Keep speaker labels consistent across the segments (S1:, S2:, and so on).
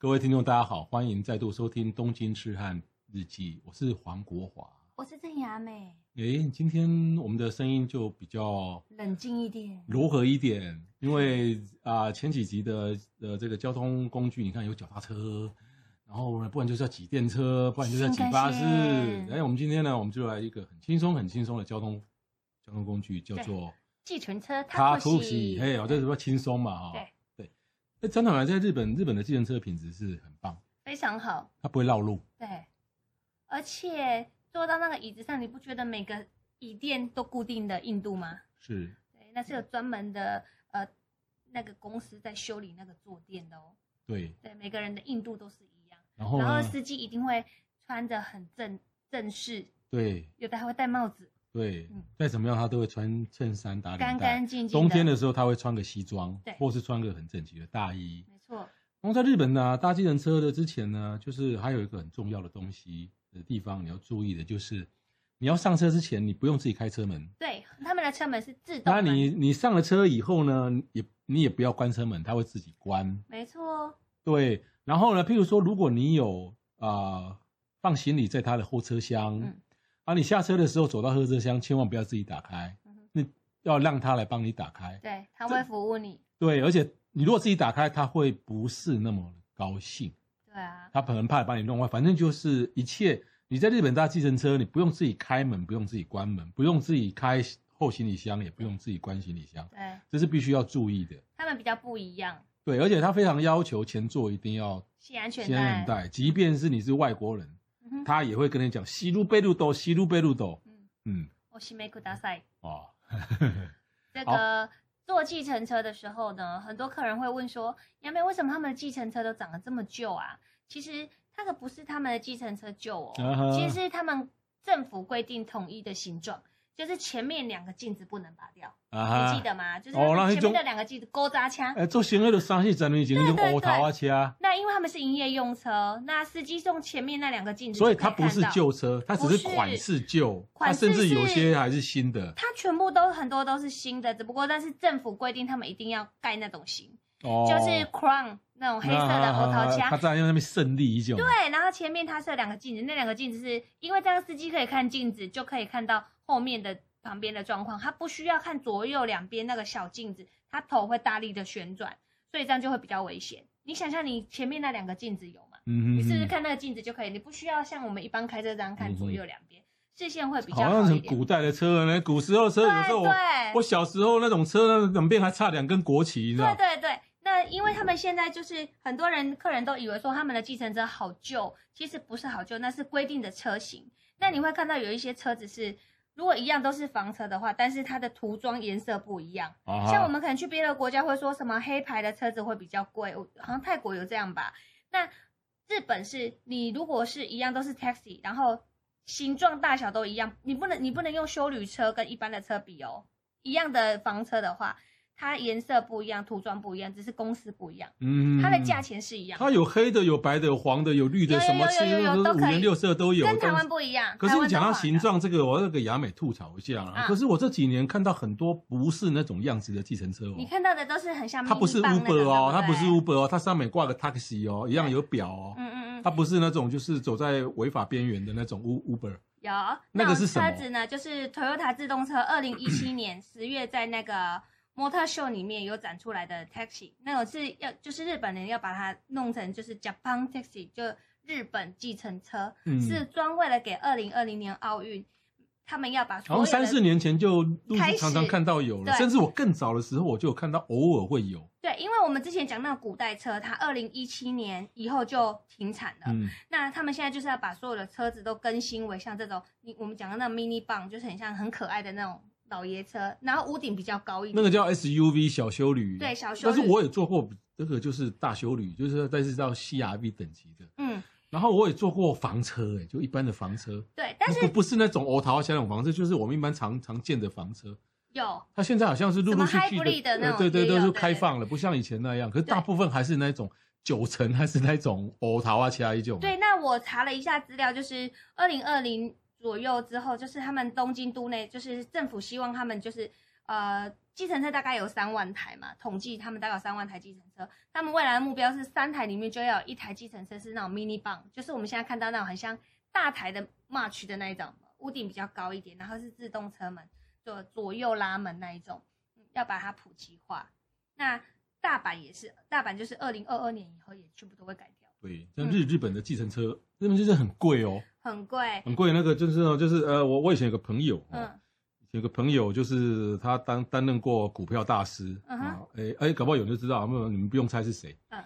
S1: 各位听众，大家好，欢迎再度收听《东京痴汉日记》，我是黄国华。
S2: 我是郑雅美，
S1: 诶，今天我们的声音就比较
S2: 冷静一点。
S1: 柔和一点，因为啊、前几集的呃这个交通工具，你看有脚踏车，然后呢，不然就是要挤电车，不然就是要挤巴士
S2: 新干。线
S1: 哎，我们今天呢，我们就来一个很轻松、很轻松的交通交通工具，叫做
S2: 计程车，
S1: 酷喜。哎，我这是说轻松嘛，哈、哎
S2: 对
S1: 对。那张导来在日本，日本的计程车的品质是很棒，
S2: 非常好，
S1: 它不会绕路。
S2: 对，而且坐到那个椅子上，你不觉得每个椅垫都固定的硬度吗？
S1: 是
S2: 对，那是有专门的呃那个公司在修理那个坐垫的哦。
S1: 对，
S2: 对，每个人的硬度都是一样，
S1: 然后
S2: 然后
S1: 呢？
S2: 司机一定会穿着很正正式，
S1: 对
S2: 有的还会戴帽子，
S1: 对
S2: 嗯，
S1: 再怎么样他都会穿衬衫打领带，
S2: 干干净净。
S1: 冬天的时候他会穿个西装
S2: 对，
S1: 或是穿个很整齐的大衣。
S2: 没错，
S1: 然后在日本呢，搭计程车的之前呢，就是还有一个很重要的东西的地方你要注意的，就是你要上车之前，你不用自己开车门。
S2: 对，他们的车门是自动
S1: 那
S2: 门，
S1: 你你上了车以后呢，也你也不要关车门，它会自己关。
S2: 没错，
S1: 对，然后呢，譬如说，如果你有啊、呃放行李在它的后车厢，
S2: 嗯
S1: 啊，你下车的时候走到后车厢，千万不要自己打开，
S2: 嗯哼
S1: 那要让它来帮你打开。
S2: 对，他会服务你，
S1: 对，而且你如果自己打开，他会不是那么高兴，
S2: 对啊，
S1: 他可能怕把你弄坏。反正就是一切，你在日本搭计程车，你不用自己开门，不用自己关门，不用自己开后行李箱，也不用自己关行李箱，
S2: 对。
S1: 这是必须要注意的。
S2: 他们比较不一样，
S1: 对，而且他非常要求前座一定要
S2: 系安全
S1: 先人带，即便是你是外国人，
S2: 嗯哼
S1: 他也会跟你讲西路贝路斗，西路贝路斗。
S2: 嗯，
S1: 嗯，
S2: 我西梅库大赛
S1: 哦，
S2: 这个坐计程车的时候呢，很多客人会问说，杨梅为什么他们的计程车都长得这么旧啊？其实那个不是他们的计程车旧哦，
S1: 啊哈
S2: 其实是他们政府规定统一的形状，就是前面两个镜子不能拔掉，
S1: 啊
S2: 你记
S1: 哈，
S2: 得吗？就是
S1: 哦
S2: 他
S1: 那
S2: 们
S1: 那
S2: 前
S1: 种
S2: 面的两个镜子勾扎枪。
S1: 哎，做行为的三四十年前，那
S2: 对
S1: 种
S2: 对
S1: 欧桃啊车。
S2: 那因为他们是营业用车，那司机送前面那两个镜子，
S1: 所以它不是
S2: 旧。
S1: 旧车，它只
S2: 不
S1: 是
S2: 是
S1: 款式旧，它
S2: 款式
S1: 甚至有
S2: 是
S1: 些还是新的
S2: 它全部都很多都是新的，只不过但是政府规定他们一定要盖那种型，
S1: 哦，
S2: 就是 crown 那种黑色的
S1: 那
S2: 猴头
S1: 它
S2: 枪。
S1: 在那边胜利已久，
S2: 对，然后前面它是有两个镜子，那两个镜子是因为这样司机可以看镜子，就可以看到后面的旁边的状况，他不需要看左右两边那个小镜子，他头会大力的旋转，所以这样就会比较危险。你想象你前面那两个镜子有吗？
S1: 嗯嗯哼哼，
S2: 你试试看那个镜子就可以，你不需要像我们一般开车这样看左右两边，视线会比
S1: 好
S2: 较
S1: 像
S2: 好一
S1: 很
S2: 点。
S1: 古代的车呢，古时候的车，有时候
S2: 对
S1: 我
S2: 对，
S1: 我小时候那种车，那两边还差两根国旗，你知道
S2: 对？对对，那因为他们现在就是很多人客人都以为说他们的计程车好旧，其实不是好旧，那是规定的车型。那你会看到有一些车子是，如果一样都是房车的话，但是它的涂装颜色不一样。
S1: 啊哈
S2: 像我们可能去别的国家会说什么黑牌的车子会比较贵，我好像泰国有这样吧。那日本是你如果是一样都是 taxi，然后形状大小都一样，你不能你不能用修旅车跟一般的车比哦。一样的房车的话，它颜色不一样，涂装不一样，只是公司不一样，
S1: 嗯
S2: 它的价，钱是一样，
S1: 它有黑的，有白的，有黄的，有绿的，
S2: 有有
S1: 什么
S2: 有
S1: 七
S2: 有有
S1: 五
S2: 都可以
S1: 颜六色都有，
S2: 跟台
S1: 但是
S2: 湾不一样。
S1: 可是
S2: 台
S1: 你
S2: 湾
S1: 讲到
S2: 都仿
S1: 形
S2: 的，
S1: 状这个，我要给雅美吐槽一下啊。
S2: 啊
S1: 可是我这几年看到很多不是那种样子的计程车哦，
S2: 你看到的都是很像
S1: 它不是
S2: mini bang 那种
S1: Uber 哦，它不是
S2: 对
S1: Uber 哦，它上面挂个 taxi 哦，一样有表哦，
S2: 嗯 嗯嗯，
S1: 它不是那种就是走在违法边缘的那种 U Uber
S2: 有
S1: 那个
S2: 种
S1: 是什么
S2: 车子呢？就是 Toyota 自动车，二零一 七年十月在那个 Motor Show 里面有展出来的 taxi，那种是要就是日本人要把它弄成就是 Japan taxi，就日本计程车，
S1: 嗯
S2: 是专为了给二零二零年奥运，他们要把所
S1: 好
S2: 有
S1: 像
S2: 的
S1: 三四年前就陆续常
S2: 开
S1: 常
S2: 始
S1: 看到有了，
S2: 对
S1: 甚至我更早的时候我就有看到偶尔会有，
S2: 对，因为我们之前讲那个古代车，它二零一七年以后就停产了，
S1: 嗯，
S2: 那他们现在就是要把所有的车子都更新为像这种你我们讲的那种 mini bang，就是很像很可爱的那种老爷车，然后屋顶比较高一点。
S1: 那个叫 SUV 小修旅，
S2: 对小修
S1: 但
S2: 旅
S1: 是我也坐过这个就是大修旅，就是但是到 CRV 等级的。
S2: 嗯，
S1: 然后我也坐过房车、哎，就一般的房车，
S2: 对，但
S1: 不
S2: 是
S1: 不是那种欧桃那种房车，就是我们一般常常见的房车。
S2: 有
S1: 它现在好像是陆陆续
S2: 什么
S1: 续
S2: hybrid 的那
S1: 呃
S2: 种
S1: 对对，
S2: 也有
S1: 都是
S2: 对
S1: 开放了，不像以前那样。可是大
S2: 对
S1: 部分还是那种九成，还是那种欧桃啊，其他一种。
S2: 对，那我查了一下资料，就是二零二零左右之后，就是他们东京都内，就是政府希望他们就是呃，计程车大概有三万台嘛，统计他们大概有三万台计程车，他们未来的目标是三台里面就要有一台计程车是那种 mini b u n 就是我们现在看到那种很像大台的 March 的那一种，屋顶比较高一点，然后是自动车门，就左右拉门那一种，嗯要把它普及化。那大阪也是，大阪就是二零二二年以后也全部都会改掉，
S1: 对，像日日本的计程车，日本就是很贵哦，
S2: 很贵。
S1: 很贵。那个就是哦就是呃，我我以前有个朋友，哦
S2: 嗯，
S1: 有个朋友就是他担担任过股票大师，
S2: 嗯哼
S1: 啊，哎哎，搞不好有人就知道，没有你们不用猜是谁。
S2: 嗯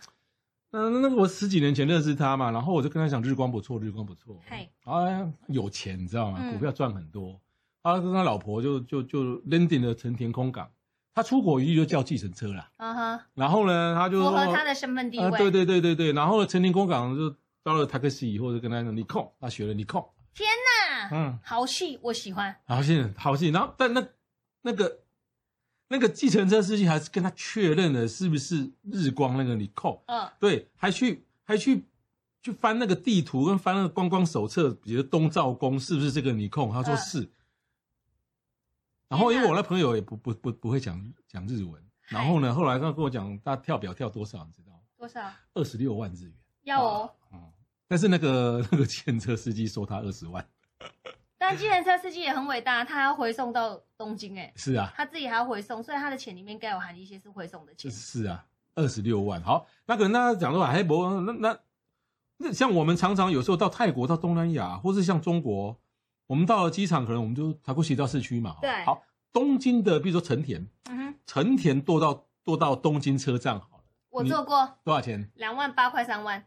S1: 那那个我十几年前认识他嘛，然后我就跟他讲日光不错，日光不错，
S2: 嘿
S1: 啊，有钱你知道吗？
S2: 嗯
S1: 股票赚很多，他跟他老婆就就就 landing 了成田空港，他出国一律就叫计程车啦，
S2: 嗯哼，
S1: 然后呢，他就
S2: 符
S1: 说
S2: 合他的身份地位。
S1: 啊，对对对对对，然后呢，成田空港就到了塔克西以后就跟他讲你控，他学了你控，
S2: 啊，
S1: 嗯，
S2: 豪气我喜欢。
S1: 好信好信，然后但那那个那个计程车司机还是跟他确认了是不是日光那个你控，
S2: 嗯
S1: 对，还去还去去翻那个地图跟翻那个观光手册，比如东照宫是不是这个你控，他说
S2: 嗯
S1: 是。然后因为
S2: 天
S1: 我
S2: 哪
S1: 那朋友也不不不不会讲讲日文，
S2: 嗨
S1: 然后呢，后来他跟我讲他跳表跳多少，你知道吗？
S2: 多少？
S1: 二十六万日元。
S2: 要哦。
S1: 嗯，但是那个 那个计程车司机说他二十万，
S2: 但计程车司机也很伟大，他还要回送到东京哎、
S1: 是啊，
S2: 他自己还要回送，所以他的钱里面该有含一些是回送的钱。
S1: 是啊，二十六万。好，那可能大家讲说，哎，不，那那那像我们常常有时候到泰国、到东南亚，或是像中国，我们到了机场，可能我们就塔库西到市区嘛。
S2: 对
S1: 好，东京的，比如说成田，
S2: 嗯哼，
S1: 成田坐到坐到东京车站好了，
S2: 我
S1: 你
S2: 做过
S1: 多少钱？
S2: 两万八块三万，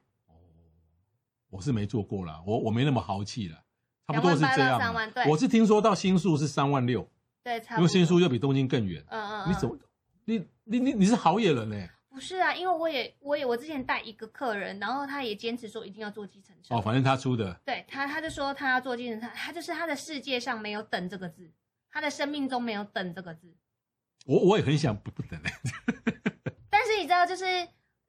S1: 我是没坐过啦，我我没那么豪气啦，差不多是
S2: 28,000
S1: 这样
S2: 到
S1: 嘛
S2: 30,000。对
S1: 我是听说到新宿是三万六，
S2: 对，差
S1: 因
S2: 不
S1: 为
S2: 多。
S1: 新宿又比东京更远。
S2: 嗯嗯嗯，
S1: 你怎么？你你你你是好野人呢、
S2: 不是啊？因为我也我也我之前带一个客人，然后他也坚持说一定要坐计程车。
S1: 哦，反正他出的。
S2: 对他，他就说他要做精神，他他就是他的世界上没有等这个字，他的生命中没有等这个字。
S1: 我我也很想不不等哎、
S2: 但是你知道，就是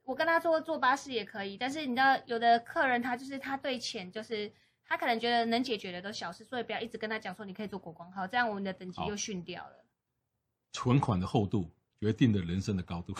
S2: 我跟他说坐巴士也可以，但是你知道，有的客人他就是他对钱就是他可能觉得能解决的都小事，所以不要一直跟他讲说你可以做国光号，这样我们的等级
S1: 好
S2: 又训掉了。
S1: 存款的厚度决定了人生的高度。
S2: 哦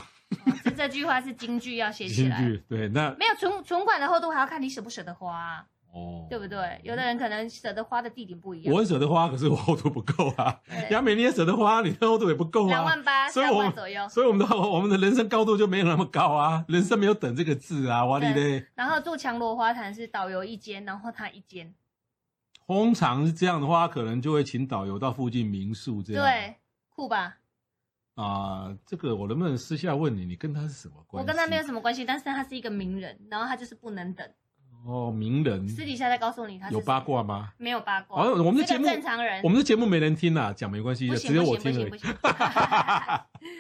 S2: 这这句话是京剧要写起来，
S1: 京剧对那
S2: 没有存存款的厚度还要看你舍不舍得花啊、
S1: 哦，
S2: 对不对？有的人可能舍得花的地点不一样。
S1: 我很舍得花，可是我厚度不够啊。
S2: 对
S1: 杨美你也舍得花，你的厚度也不够
S2: 两
S1: 啊。
S2: 万八、
S1: 所以
S2: 三
S1: 我
S2: 万左右，
S1: 所以我们的我们的人生高度就没有那么高啊，人生没有等这个字啊，哇哩嘞。
S2: 然后住强罗花坛是导游一间，然后他一间。
S1: 通常是这样的话，可能就会请导游到附近民宿这样。
S2: 对，酷吧？
S1: 啊、这个我能不能私下问你，你跟他是什么关系？
S2: 我跟他没有什么关系，但是他是一个名人，然后他就是不能等。
S1: 哦，名人
S2: 私底下再告诉你他是
S1: 有八，卦吗？
S2: 没有八卦。
S1: 哦，我们的
S2: 是
S1: 节
S2: 个
S1: 目
S2: 正常人，
S1: 我们的节目没人听啦，讲没关系
S2: 不
S1: 的，
S2: 行
S1: 只有
S2: 不
S1: 我
S2: 行不
S1: 听而
S2: 行
S1: 已
S2: 不。行。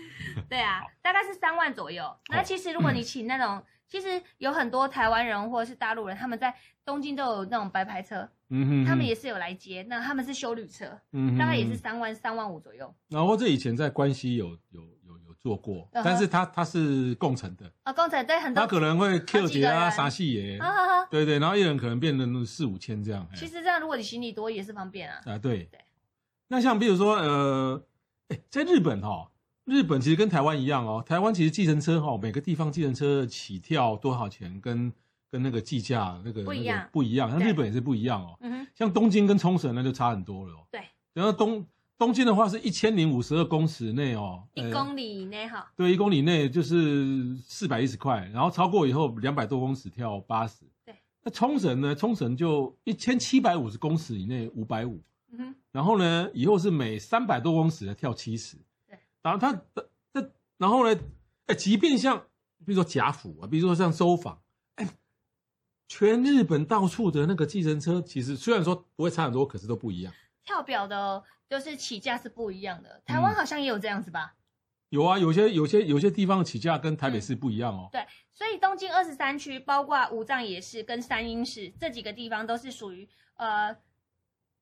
S2: 对啊，大概是三万左右。那其实如
S1: 嗯
S2: 果你请那种，其实有很多台湾人或者是大陆人，他们在东京都有那种白牌车，
S1: 嗯哼
S2: 他们也是有来接。那他们是修旅车，
S1: 嗯哼
S2: 大概也是。三万三万五左右
S1: 然后这以前在关西有有有有做过，
S2: 嗯哼
S1: 但是他他是共乘的，
S2: 啊。工程对很多
S1: 他可能会 Q 节啊、
S2: 好几个人
S1: 啥戏耶，
S2: 啊 哈哈。
S1: 对对，然后一人可能变成四五千这样。哎
S2: 其实这样，如果你行李多也是方便啊。
S1: 啊，对
S2: 对。
S1: 那像比如说呃，哎，在日本哈，日本其实跟台湾一样哦，台湾其实计程车哈，每个地方计程车的起跳多少钱跟跟那个计价那个
S2: 不一
S1: 那个
S2: 样
S1: 不一样，像
S2: 对
S1: 日本也是不一样哦。
S2: 嗯哼，
S1: 像东京跟冲绳那就差很多了、哦。
S2: 对，
S1: 然后东东京的话是一千零五十二公尺内哦，
S2: 一
S1: 呃
S2: 公里以内哈。
S1: 对，一公里内就是四百一十块，然后超过以后两百多公尺跳八十。
S2: 对，
S1: 那冲绳呢？冲绳就一千七百五十公尺以内五百五，
S2: 嗯哼。
S1: 然后呢，以后是每三百多公尺呢跳七十。
S2: 对，
S1: 然后它它然后呢，哎，即便像比如说贾府啊，比如说像收访，哎，全日本到处的那个计程车，其实虽然说不会差很多，可是都不一样。
S2: 哦
S1: 嗯
S2: 跳表的，就是起价是不一样的。台湾好像也有这样子吧？
S1: 有啊，有些有些有些地方起价跟台北市不一样哦。
S2: 对，所以东京二十三区，包括五藏野市跟三鹰市这几个地方，都是属于呃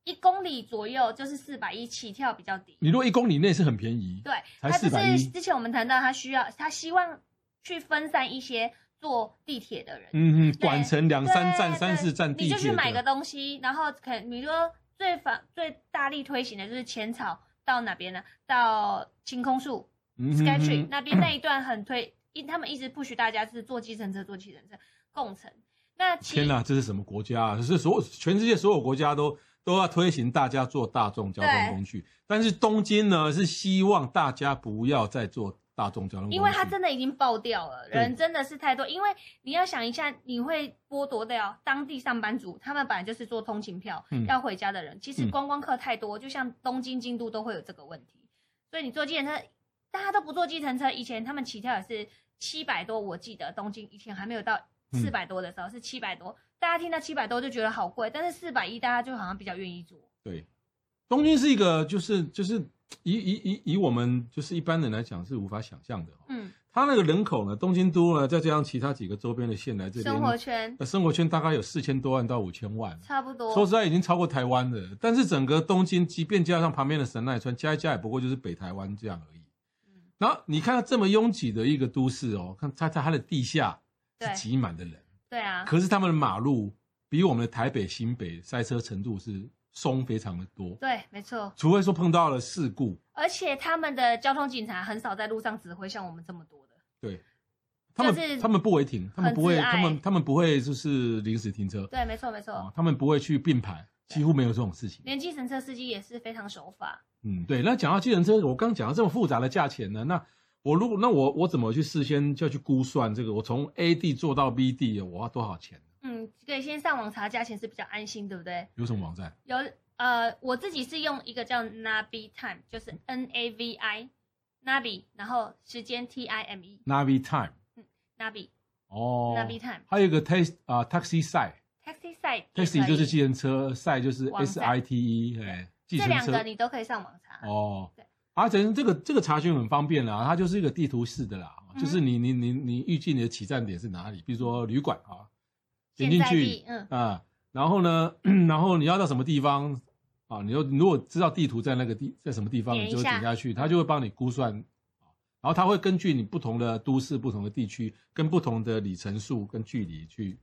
S2: 一公里左右，就是四百一起跳比较低。
S1: 你如果一公里内是很便宜，
S2: 对，
S1: 嗯才
S2: 它就
S1: 410
S2: 是之前我们谈到，它需要它希望去分散一些坐地铁的人，
S1: 嗯嗯，短程两
S2: 对
S1: 三站、
S2: 对
S1: 三四站地
S2: 你就去
S1: 铁
S2: 买
S1: 的，
S2: 个东西，然后可能比如说最反最大力推行的就是浅草到哪边呢？到晴空树
S1: 嗯
S2: Skytree
S1: 嗯
S2: 那边那一段很推，因他们一直不许大家是坐计程车，坐计程车共乘。那其
S1: 天哪，这是什么国家啊？是所有全世界所有国家都都要推行大家坐大众交通工具，但是东京呢是希望大家不要再坐大众交通工具，
S2: 因为它真的已经爆掉了，
S1: 对
S2: 人真的是太多。因为你要想一下，你会剥夺掉当地上班族，他们本来就是做通勤票、
S1: 嗯
S2: 要回家的人。其实
S1: 嗯
S2: 观光客太多，就像东京、京都都会有这个问题。所以你坐计程车，大家都不坐计程车。以前他们起跳也是七百多，我记得东京以前还没有到
S1: 嗯
S2: 四百多的时候、是七百多，大家听到七百多就觉得好贵，但是四百一大家就好像比较愿意坐。
S1: 对，东京是一个就是就是以以以以我们就是一般人来讲是无法想象的、哦。
S2: 嗯，
S1: 它那个人口呢，东京都呢，再加上其他几个周边的县来这边，
S2: 生活圈
S1: 呃生活圈大概有四千多万到五千万，
S2: 差不多。
S1: 呃说实在已经超过台湾了。但是整个东京，即便加上旁边的神奈川，加一加也不过就是北台湾这样而已。
S2: 嗯
S1: 然后你看到这么拥挤的一个都市哦，看它它它的地下是
S2: 对
S1: 挤满的人，
S2: 对啊，
S1: 可是他们的马路比我们的台北、新北塞车程度是松非常的多，
S2: 对，没错。
S1: 除非说碰到了事故，
S2: 而且他们的交通警察很少在路上指挥像我们这么多的，
S1: 对他们、
S2: 就是
S1: 他们不违停，他们不会
S2: 很自爱
S1: 他们他们不会就是临时停车，
S2: 对，没错没错，
S1: 啊，他们不会去并排，几乎没有这种事情。
S2: 连计程车司机也是非常守法。
S1: 嗯，对。那讲到计程车，我刚讲到这么复杂的价钱呢，那我如果那我我怎么去事先就要去估算这个？我从 A 地做到 B 地，我要多少钱？
S2: 嗯，可以先上网查价钱是比较安心，对不对？
S1: 有什么网站？
S2: 有呃，我自己是用一个叫 Navi Time，就是 N A V I Navi，然后时间 T I M E
S1: Navi Time
S2: Navi
S1: 哦
S2: Navi Time
S1: 还有一个 taxi 啊、taxi side，taxi
S2: Taxi Site 也可以
S1: 就是计程车，side 就是
S2: 网
S1: S
S2: 站
S1: I T E，哎，计
S2: 这
S1: 程
S2: 两
S1: 车
S2: 个你都可以上网查。
S1: 哦
S2: 对。
S1: 而且这个这个查询很方便啦，它就是一个地图式的啦，
S2: 嗯
S1: 就是你你你你预计你的起站点是哪里，比如说旅馆啊，点
S2: 现
S1: 进
S2: 在
S1: 去
S2: 地，嗯，
S1: 啊，然后呢， 然后你要到什么地方啊？你就你如果知道地图在那个地在什么地方，
S2: 点
S1: 你
S2: 一
S1: 就会点
S2: 下
S1: 下去，它就会帮你估算。啊然后它会根据你不同的都市、不同的地区、跟不同的里程数跟距离去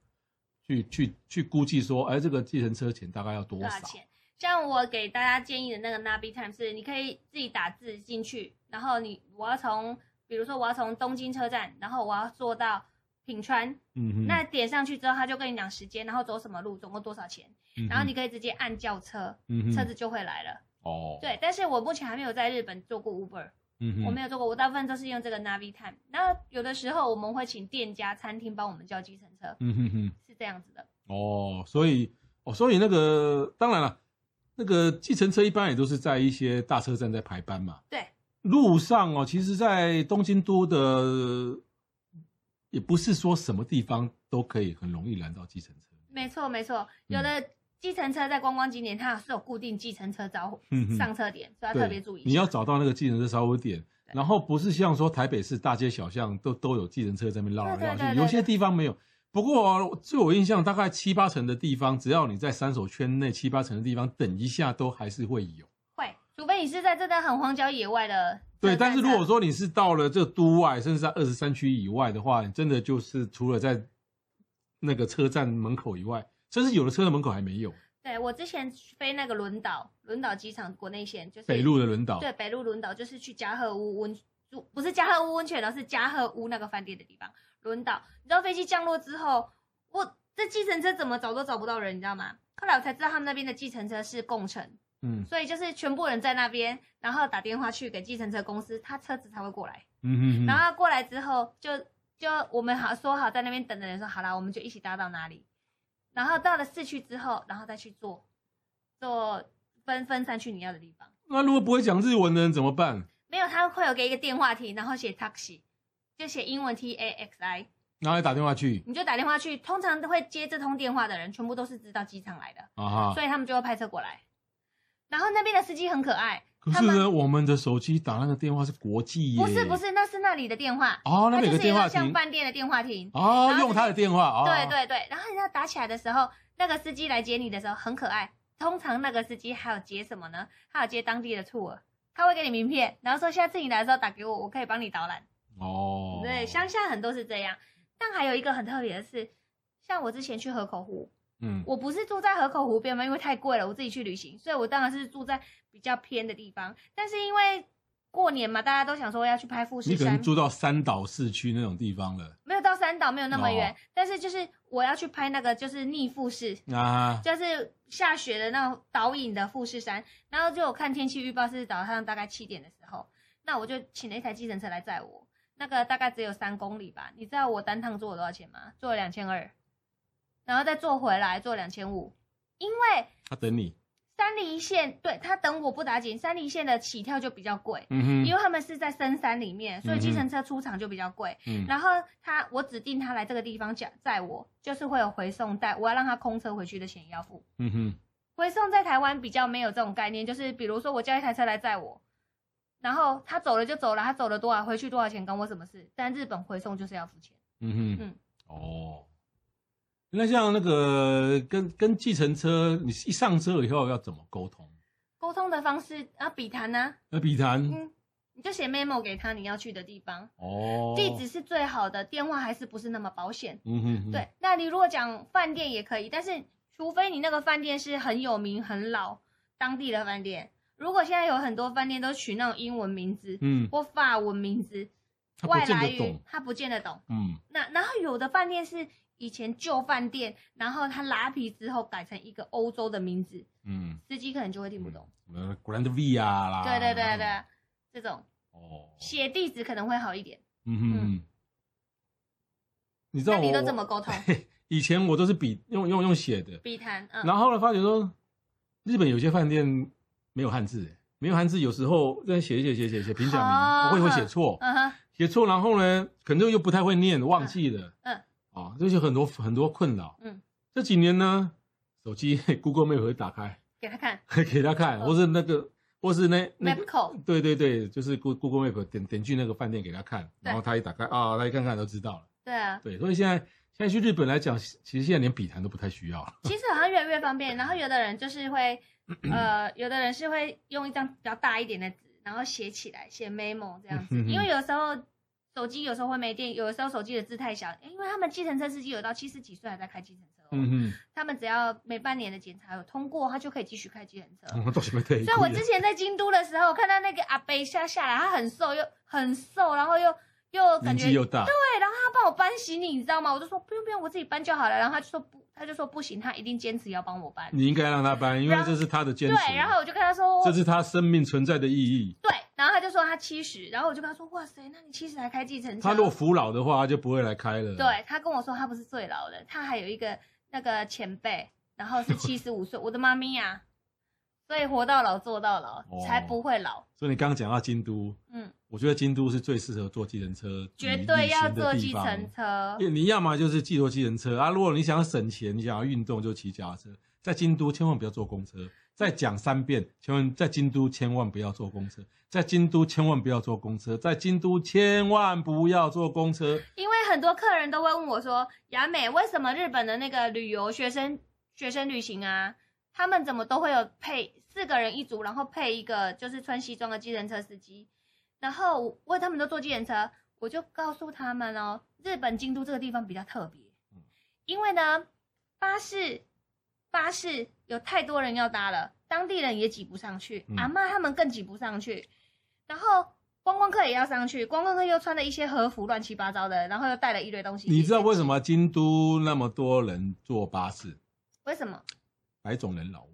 S1: 去去去估计说，哎，这个计程车钱大概要多
S2: 多少
S1: 少？
S2: 钱？像我给大家建议的那个 Navi Time 是，你可以自己打字进去，然后你我要从，比如说我要从东京车站，然后我要坐到品川，
S1: 嗯哼，
S2: 那点上去之后，他就跟你讲时间，然后走什么路，总共多少钱，
S1: 嗯哼
S2: 然后你可以直接按叫车，
S1: 嗯哼
S2: 车子就会来了。
S1: 哦，
S2: 对，但是我目前还没有在日本做过 Uber，、
S1: 嗯哼，
S2: 我没有做过，我大部分都是用这个 Navi Time。那有的时候我们会请店家、餐厅帮我们叫计程车，
S1: 嗯哼哼。
S2: 是这样子的。
S1: 哦，所以哦，所以那个当然了，那个计程车一般也都是在一些大车站在排班嘛。
S2: 对，
S1: 路上哦，其实，在东京都的也不是说什么地方都可以很容易拦到计程车。
S2: 没错，没错，
S1: 嗯
S2: 有的计程车在观光景点它是有固定计程车招呼
S1: 嗯哼
S2: 上车点，所以要
S1: 对
S2: 特别注意。
S1: 你要找到那个计程车稍微点，然后不是像说台北市大街小巷都都有计程车在那边绕来绕去，
S2: 对对对对
S1: 有些地方没有。不过、哦、据我印象，大概七八成的地方，只要你在三手圈内七八成的地方等一下，都还是会有。
S2: 会，除非你是在真的很荒郊野外的车
S1: 对，
S2: 站
S1: 但
S2: 上。
S1: 是如果说你是到了这都外，甚至在二十三区以外的话，你真的就是除了在那个车站门口以外，甚至有的车站门口还没有
S2: 对我之前飞那个轮岛，轮岛机场国内线就是
S1: 北路的轮岛。
S2: 对，北路轮岛就是去加贺屋温，住不是加贺屋温泉，而是加贺屋那个饭店的地方。轮岛，你知道飞机降落之后，我这计程车怎么找都找不到人，你知道吗？后来我才知道他们那边的计程车是共乘，
S1: 嗯
S2: 所以就是全部人在那边，然后打电话去给计程车公司，他车子才会过来。
S1: 嗯嗯
S2: 然
S1: 嗯，
S2: 后他过来之后，就就我们好说好在那边等的人说好啦，我们就一起搭到哪里。然后到了市区之后，然后再去坐坐分分散去你要的地方。
S1: 那如果不会讲日文的人怎么办？
S2: 没有，他会有给一个电话题，然后写 taxi，就写英文 T A X I，
S1: 然后你打电话去
S2: 你就打电话去。通常都会接这通电话的人，全部都是知道机场来的，
S1: 啊哈，
S2: 所以他们就会派车过来。然后那边的司机很可爱，
S1: 可是
S2: 他
S1: 呢，
S2: 们
S1: 我们的手机打那个电话是国际耶，
S2: 不是不是，那是那里的电话，
S1: 哦，那
S2: 它
S1: 每个
S2: 就是一
S1: 电话
S2: 个
S1: 亭
S2: 像饭店的电话亭。
S1: 哦
S2: 然，后
S1: 用他的电话哦，
S2: 对对对，然后你要打起来的时候，那个司机来接你的时候很可爱。通常那个司机还有接什么呢？还有接当地的兔儿，他会给你名片，然后说下次你来的时候打给我，我可以帮你导览。
S1: 哦，
S2: 对，乡下很多是这样。但还有一个很特别的是，像我之前去河口湖，
S1: 嗯
S2: 我不是住在河口湖边嘛，因为太贵了，我自己去旅行，所以我当然是住在比较偏的地方。但是因为过年嘛，大家都想说要去拍富士
S1: 你可
S2: 山
S1: 能，住到三岛市区那种地方了
S2: 没有到三岛，没有那么远，
S1: 哦
S2: 但是就是我要去拍那个就是逆富士，
S1: 啊，
S2: 就是下雪的那种倒影的富士山。然后就有看天气预报是早上大概七点的时候，那我就请了一台计程车来载我。那个大概只有三公里吧，你知道我单趟坐了多少钱吗？坐了两千二，然后再坐回来坐两千五，因为
S1: 他等你，
S2: 三梨线，对他等我不打紧，三梨线的起跳就比较贵，
S1: 嗯
S2: 因
S1: 哼，
S2: 为他们是在深山里面，所以计程车出厂就比较贵。
S1: 嗯
S2: 然后他，我指定他来这个地方载载我，就是会有回送带，我要让他空车回去的钱也要付。
S1: 嗯哼，
S2: 回送在台湾比较没有这种概念，就是比如说我叫一台车来载我，然后他走了就走了，他走了多少回去多少钱，关我什么事？但日本回送就是要付钱。
S1: 嗯哼
S2: 嗯，
S1: 哦，那像那个跟跟计程车，你一上车以后要怎么沟通？
S2: 沟通的方式啊，笔谈呢，
S1: 那笔谈
S2: 嗯，你就写 memo 给他你要去的地方，
S1: 哦，
S2: 地址，是最好的，电话还是不是那么保险。
S1: 嗯哼，哼，
S2: 对，那你如果讲饭店也可以，但是除非你那个饭店是很有名、很老当地的饭店。如果现在有很多饭店都取那种英文名字
S1: 嗯，
S2: 或法文名字，
S1: 他
S2: 外
S1: 不见
S2: 来
S1: 得
S2: 语
S1: 懂，
S2: 他不见得懂。
S1: 嗯，
S2: 那然后有的饭店是以前旧饭店，然后他拉皮之后改成一个欧洲的名字，
S1: 嗯，
S2: 司机可能就会听不懂。
S1: 呃，Grand Via 啦，
S2: 对对对对，，这种
S1: 嗯啊哦，
S2: 写地址可能会好一点。
S1: 嗯哼哼，你知道
S2: 那
S1: 我
S2: 你都怎么沟通？
S1: 以前我都是笔用用用写的，
S2: 笔谈，嗯，
S1: 然后后来发觉说，日本有些饭店没有汉字，没有汉字，有时候在写写写写写评假名，
S2: 哦
S1: 我也会写错，
S2: 嗯哼，
S1: 写错，然后呢，可能又不太会念，忘记了，
S2: 嗯，
S1: 啊，这些很多很多困扰，
S2: 嗯，
S1: 这几年呢，手机 Google Map 会打开
S2: 给他看
S1: 给他看，
S2: 嗯
S1: 或是那个，或是那那个
S2: map。code，
S1: 对对对，就是 Goo- Google Map 点点去那个饭店给他看，
S2: 对
S1: 然后他一打开啊，他一看看都知道了。
S2: 对啊，
S1: 对，所以现在现在去日本来讲，其实现在连笔谈都不太需要了。
S2: 其实好像越来越方便。然后有的人就是会， 呃，有的人是会用一张比较大一点的纸，然后写起来，写 memo 这样子。
S1: 嗯哼哼
S2: 因为有时候手机有时候会没电，有的时候手机的字太小，因为他们计程车司机有到七十几岁还在开计程车、哦，
S1: 嗯
S2: 他们只要每半年的检查有通过，他就可以继续开计程车。
S1: 哼，我到前面退一
S2: 所以我
S1: 步
S2: 之前在京都的时候，看到那个阿贝下下来，他很瘦又很瘦，然后又又
S1: 年
S2: 感觉
S1: 纪又大，
S2: 对，然后他帮我搬行李，你知道吗？我就说不用不用，我自己搬就好了。然后他就说不，他就说不行，他一定坚持要帮我搬。
S1: 你应该让他搬，因为
S2: 然后
S1: 这是他的坚
S2: 对
S1: 持，，
S2: 然后我就跟他说
S1: 这是他生命存在的意义。
S2: 对，然后他就说他七十，然后我就跟他说哇塞，那你七十还开计程车？
S1: 他如果服老的话，他就不会来开了。，
S2: 对他跟我说他不是最老的，他还有一个那个前辈，然后是七十五岁，我的妈咪呀、所以活到老做到老，
S1: 哦
S2: 才不会老。
S1: 所以你刚刚讲到京都，
S2: 嗯，
S1: 我觉得京都是最适合坐计程车，
S2: 绝对要坐计
S1: 计
S2: 程。车。
S1: 因为你要么就是寄坐计程车啊，如果你想要省钱，你想要运动就骑脚踏车。在京都千万不要坐公车，再讲三遍，千万在京都千万不要坐公车，在京都千万不要坐公车，在京都千万不要坐公车。
S2: 因为很多客人都会问我说：“雅美，为什么日本的那个旅游学生学生旅行啊，他们怎么都会有配四个人一组，然后配一个就是穿西装的计程车司机？”然后我问他们都坐计程车，我就告诉他们哦，日本京都这个地方比较特别
S1: 嗯，
S2: 因为呢，巴士巴士有太多人要搭了，当地人也挤不上去，
S1: 嗯
S2: 阿嬷他们更挤不上去，然后观光客也要上去，观光客又穿了一些和服，乱七八糟的，然后又带了一堆东西。
S1: 你知道为什么京都那么多人坐巴士？
S2: 为什么？
S1: 白种人老外，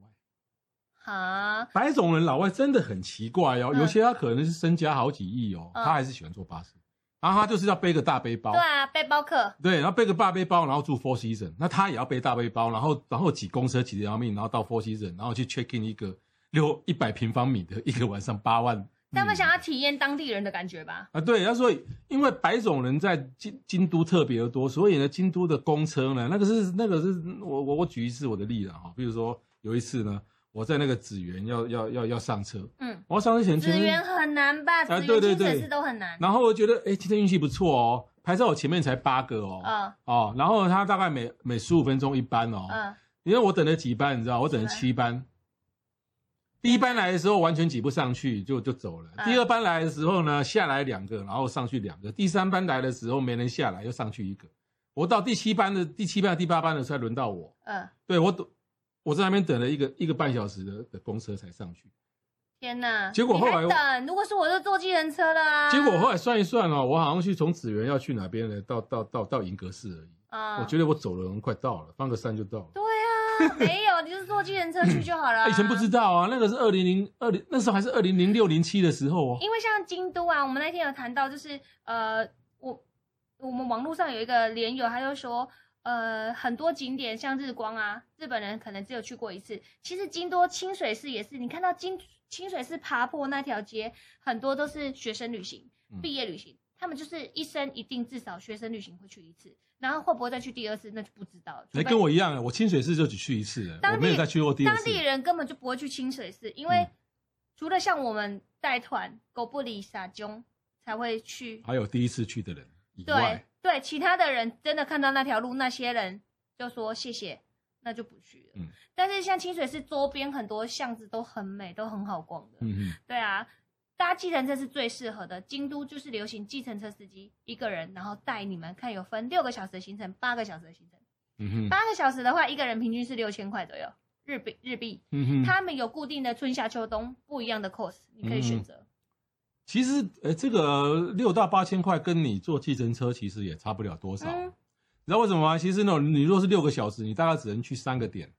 S2: 啊，
S1: 白种人老外真的很奇怪哦，
S2: 嗯
S1: 有些他可能是身家好几亿哦，
S2: 嗯
S1: 他还是喜欢坐巴士，然后他就是要背个大背包
S2: 对。啊，背包客，
S1: 对，然后背个大背包，然后住 Four Season，那他也要背大背包，然后然后挤公车挤得要命，然后到 Four Season，然后去 check in 一个六一百平方米的一个晚上八万。
S2: 他们
S1: 嗯
S2: 想要体验当地人的感觉吧？
S1: 啊，对，他说因为白种人在京京都特别的多，所以呢，京都的公车呢，那个是那个是我我我举一次我的例子哈，比如说有一次呢，我我在那个紫园要要要要上车，
S2: 嗯，
S1: 我要上车前
S2: 职
S1: 前面
S2: 员很难吧？职
S1: 啊
S2: 员
S1: 对对
S2: 清水
S1: 对
S2: 寺都很难。
S1: 然后我觉得，哎，今天运气不错哦，排在我前面才八个哦，
S2: 嗯
S1: 哦，然后他大概每每十五分钟一班哦，
S2: 嗯，
S1: 因为我等了几班，你知道，我等了七班。第一班来的时候完全挤不上去，就就走了。
S2: 嗯
S1: 第二班来的时候呢，下来两个，然后上去两个。第三班来的时候没人下来，又上去一个。我到第七班的第七班、第八班的时候才轮到我。
S2: 嗯，
S1: 对我等，我在那边等了一个一个半小时的的公车才上去。
S2: 天哪！
S1: 结果
S2: 你还
S1: 后来我
S2: 等，如果是我就坐计程车了啊。
S1: 结果我后来算一算哦，我好像去从紫园要去哪边呢？到到到到银阁寺而已。
S2: 嗯，
S1: 我觉得我走了，快到了，翻个山就到了。
S2: 对啊，没有，你就是坐计程车去就好了啊。
S1: 以前不知道啊，那个是二零零二零，那时候还是二零零六零七的时候哦。
S2: 因为像京都啊，我们那天有谈到，就是呃，我我们网络上有一个连友，他就说，呃，很多景点像日光啊，日本人可能只有去过一次。其实京都清水寺也是，你看到清清水寺爬坡那条街，很多都是学生旅行
S1: 嗯、
S2: 毕业旅行，他们就是一生一定至少学生旅行会去一次，然后会不会再去第二次，那就不知道了。
S1: 哎，
S2: 除非
S1: 跟我一样啊，我清水寺就只去一次了，
S2: 当地
S1: 我没有再去过第二
S2: 当
S1: 次。
S2: 地人根本就不会去清水寺，因为
S1: 嗯
S2: 除了像我们带团狗不理撒中才会去，
S1: 还有第一次去的人以
S2: 对
S1: 外，
S2: 对，其他的人真的看到那条路，那些人就说谢谢，那就不去了。
S1: 嗯
S2: 但是像清水寺周边很多巷子都很美，都很好逛的。
S1: 嗯嗯，
S2: 对啊，搭计程车是最适合的。京都就是流行计程车司机一个人，然后带你们看，有分六个小时的行程，八个小时的行程。
S1: 嗯哼，
S2: 八个小时的话，一个人平均是六千块左右日币日币。
S1: 嗯嗯哼。
S2: 他们有固定的春夏秋冬不一样的 course，你可以选择。
S1: 其实，呃，这个六到八千块跟你坐计程车其实也差不了多少。
S2: 嗯
S1: 你知道为什么吗？其实那种你若是六个小时，你大概只能去三个点。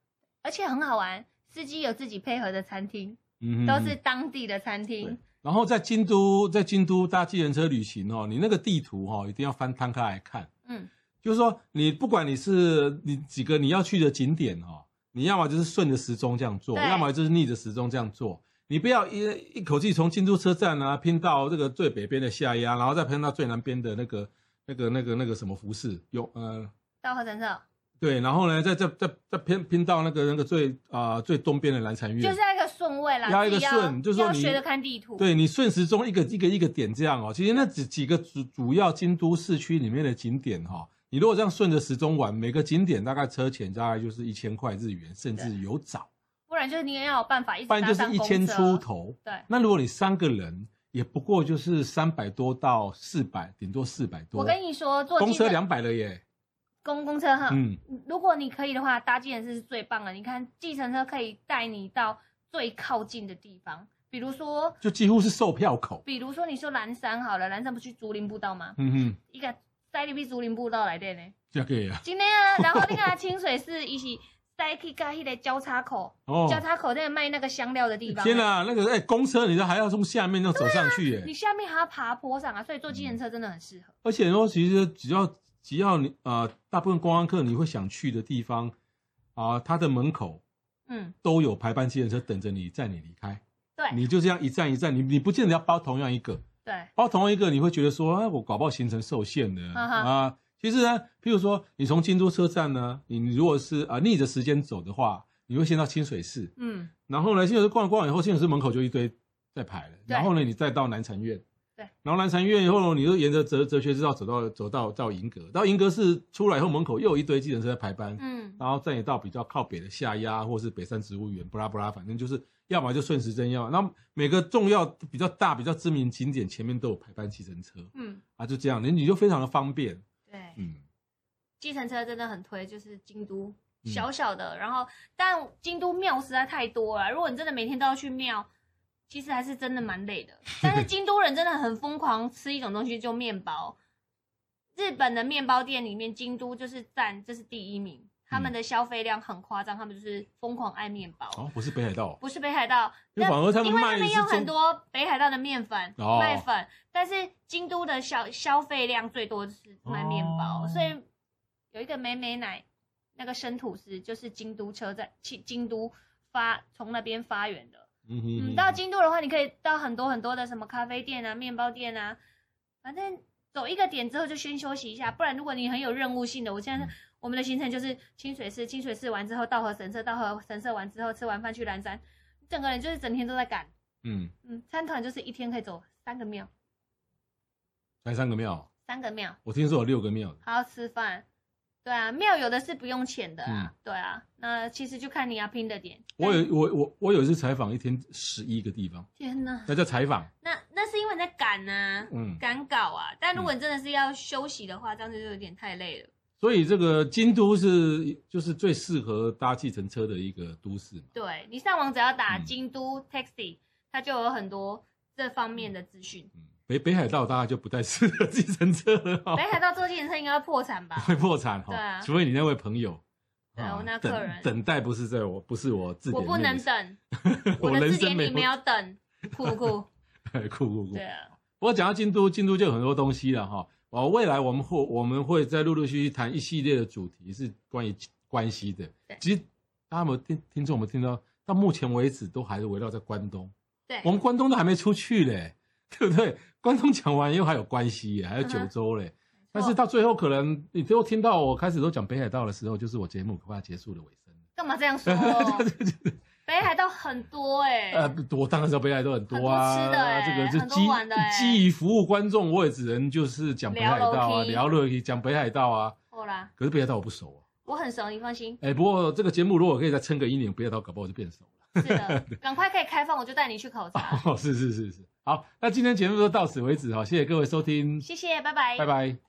S2: 而且很好玩。司机有自己配合的餐厅，
S1: 嗯哼
S2: 都是当地的餐厅
S1: 对。然后在京都，在京都搭计程车旅行哦，你那个地图哦，一定要翻摊开来看。
S2: 嗯
S1: 就是说，你不管你是你几个你要去的景点哦，你要么就是顺着时钟这样做，
S2: 对
S1: 要么就是逆着时钟这样做。你不要一一口气从京都车站啊拼到这个最北边的下压，然后再拼到最南边的那个那个那个那个什么服饰有呃
S2: 到合成社
S1: 对，然后呢再再再再拼拼到那个那个最啊、最东边的蓝蝉月，
S2: 就是要一个顺位啦，
S1: 要一个
S2: 自己
S1: 顺就是说
S2: 要
S1: 你
S2: 学着看地图。
S1: 对你顺时钟一个一个一个点这样哦，其实那几几个主主要京都市区里面的景点哈、哦，你如果这样顺着时钟玩，每个景点大概车钱大概就是一千块日元，甚至有找，
S2: 不然就是你也要有办法一直
S1: 不然
S2: 搭
S1: 就是
S2: 上
S1: 一
S2: 公
S1: 千
S2: 车
S1: 出。头。
S2: 对，
S1: 那如果你三个人，也不过就是三百多到四百，顶多四百多。
S2: 我跟你说，坐
S1: 公
S2: 计程
S1: 车两百了耶，
S2: 公公车哈，
S1: 嗯，
S2: 如果你可以的话，搭计程车是最棒的。你看，计程车可以带你到最靠近的地方，比如说，
S1: 就几乎是售票口。
S2: 比如说你说蓝山好了，蓝山不去竹林步道吗？
S1: 嗯哼，
S2: 一个塞入去竹林步道来的呢。
S1: 这个呀，
S2: 今 天啊，然后那个清水寺一起塞去跟迄个交叉口，
S1: 哦，
S2: 交叉口在卖那个香料的地方。啊
S1: 天哪，那个哎、公车你都还要从下面那样走上去耶。
S2: 你下面还要爬坡上啊，所以坐计程车真的很适合。
S1: 而且说，其实只要只要你呃，大部分观光客你会想去的地方啊、它的门口
S2: 嗯，
S1: 都有排班机人车等着你载你离开。
S2: 对
S1: 你就这样一站一站，你你不见得要包同样一个，
S2: 对，
S1: 包同样一个你会觉得说，啊，我搞不好行程受限了
S2: 啊哈
S1: 啊、其实呢，譬如说你从京都车站呢，你你如果是啊、逆着时间走的话，你会先到清水寺，
S2: 嗯，
S1: 然后呢，清水寺逛了逛以后，清水寺门口就一堆在排了。
S2: 对
S1: 然后呢，你再到南禅院。
S2: 对。
S1: 然后南禅院以后呢，你就沿着哲哲学之道走到走到到银阁，到银阁寺出来以后，门口又有一堆计程车在排班。
S2: 嗯，
S1: 然后再也到比较靠北的下压，或是北山植物园，布拉布拉，反正就是要么就顺时针，要么那每个重要比较大、比较知名景点前面都有排班计程车
S2: 嗯，
S1: 啊，就这样，你你就非常的方便。
S2: 对，
S1: 嗯，
S2: 计程车真的很推，就是京都
S1: 嗯
S2: 小小的，然后但京都庙实在太多了，如果你真的每天都要去庙。其实还是真的蛮累的，但是京都人真的很疯狂，吃一种东西就面包。日本的面包店里面，京都就是占这是第一名，他们的消费量很夸张，他们就是疯狂爱面包。
S1: 哦，不是北海道哦，
S2: 不是北海道，
S1: 因为
S2: 那
S1: 反而他们
S2: 因为
S1: 卖
S2: 他
S1: 的
S2: 们
S1: 是
S2: 有
S1: 中
S2: 很多北海道的面粉、
S1: 哦
S2: 麦粉，但是京都的消消费量最多就是卖面包，
S1: 哦
S2: 所以有一个美美奶那个生吐司就是京都车站京京都发从那边发源的。
S1: 嗯哼
S2: 嗯，到京都的话，你可以到很多很多的什么咖啡店啊、面包店啊，反正走一个点之后就先休息一下，不然如果你很有任务性的，我现在是、
S1: 嗯
S2: 我们的行程就是清水寺，清水寺完之后到河神社，到河神社完之后吃完饭去蓝山，整个人就是整天都在赶。
S1: 嗯，
S2: 嗯，参团就是一天可以走三个庙，
S1: 才三个庙，
S2: 三个庙，
S1: 我听说有六个庙的。
S2: 还要吃饭。对啊，庙有的是不用钱的啊。
S1: 嗯
S2: 对啊，那其实就看你要拼的点。
S1: 我
S2: 但
S1: 有我我我有一次采访，一天十一个地方，
S2: 天哪，
S1: 那叫采访。
S2: 那那是因为你在赶啊，
S1: 嗯，
S2: 赶稿啊。但如果你真的是要休息的话，这样子就有点太累了。
S1: 所以这个京都是就是最适合搭计程车的一个都市嘛。
S2: 对你上网只要打
S1: 嗯
S2: 京都 taxi，、它就有很多这方面的资讯。
S1: 嗯，北北海道大家就不太适合计程车了、哦，
S2: 北海道坐计程车应该会破产吧？
S1: 会破产哈、
S2: 对啊
S1: 除非你那位朋友，
S2: 对我那
S1: 等
S2: 客人
S1: 等待不是在我，不是我字典
S2: 我
S1: 里
S2: 不
S1: 面
S2: 能
S1: 的事，
S2: 等，
S1: 我
S2: 我的
S1: 人
S2: 字
S1: 生
S2: 典
S1: 没
S2: 里没
S1: 有
S2: 有等，酷不酷？
S1: 酷酷酷
S2: 对。啊，
S1: 不过讲到京都，京都就有很多东西了哈。哦，未来我们会我们会再陆陆续续谈一系列的主题，是关于关系的
S2: 对。
S1: 其实大家有没有听听众有没有听到？到目前为止都还是围绕在关东，
S2: 对
S1: 我，们关东都还没出去嘞， 对不对？关东讲完又还有关西耶，还有九州嘞。但是到最后，可能你都听到我开始都讲北海道的时候，就是我节目快要结束的尾声。
S2: 干嘛这样 说？北海道很多哎、
S1: 呃， 我当然知道北海道很多啊，
S2: 很多吃的欸
S1: 这个是
S2: 很多
S1: 基
S2: 玩的欸
S1: 基于服务观众，我也只能就是讲北海道啊，聊
S2: 聊
S1: 乐题讲北海道啊。
S2: 好啦，
S1: 可是北海道我不熟啊，
S2: 我很熟，你放心。
S1: 哎，不过这个节目如果可以再撑个一年，北海道搞不好我就变熟了。
S2: 是的，赶快可以开放，我就带你去考察。
S1: 哦，是是是是，好，那今天节目就到此为止哈，谢谢各位收听，
S2: 谢谢，拜拜，
S1: 拜。拜。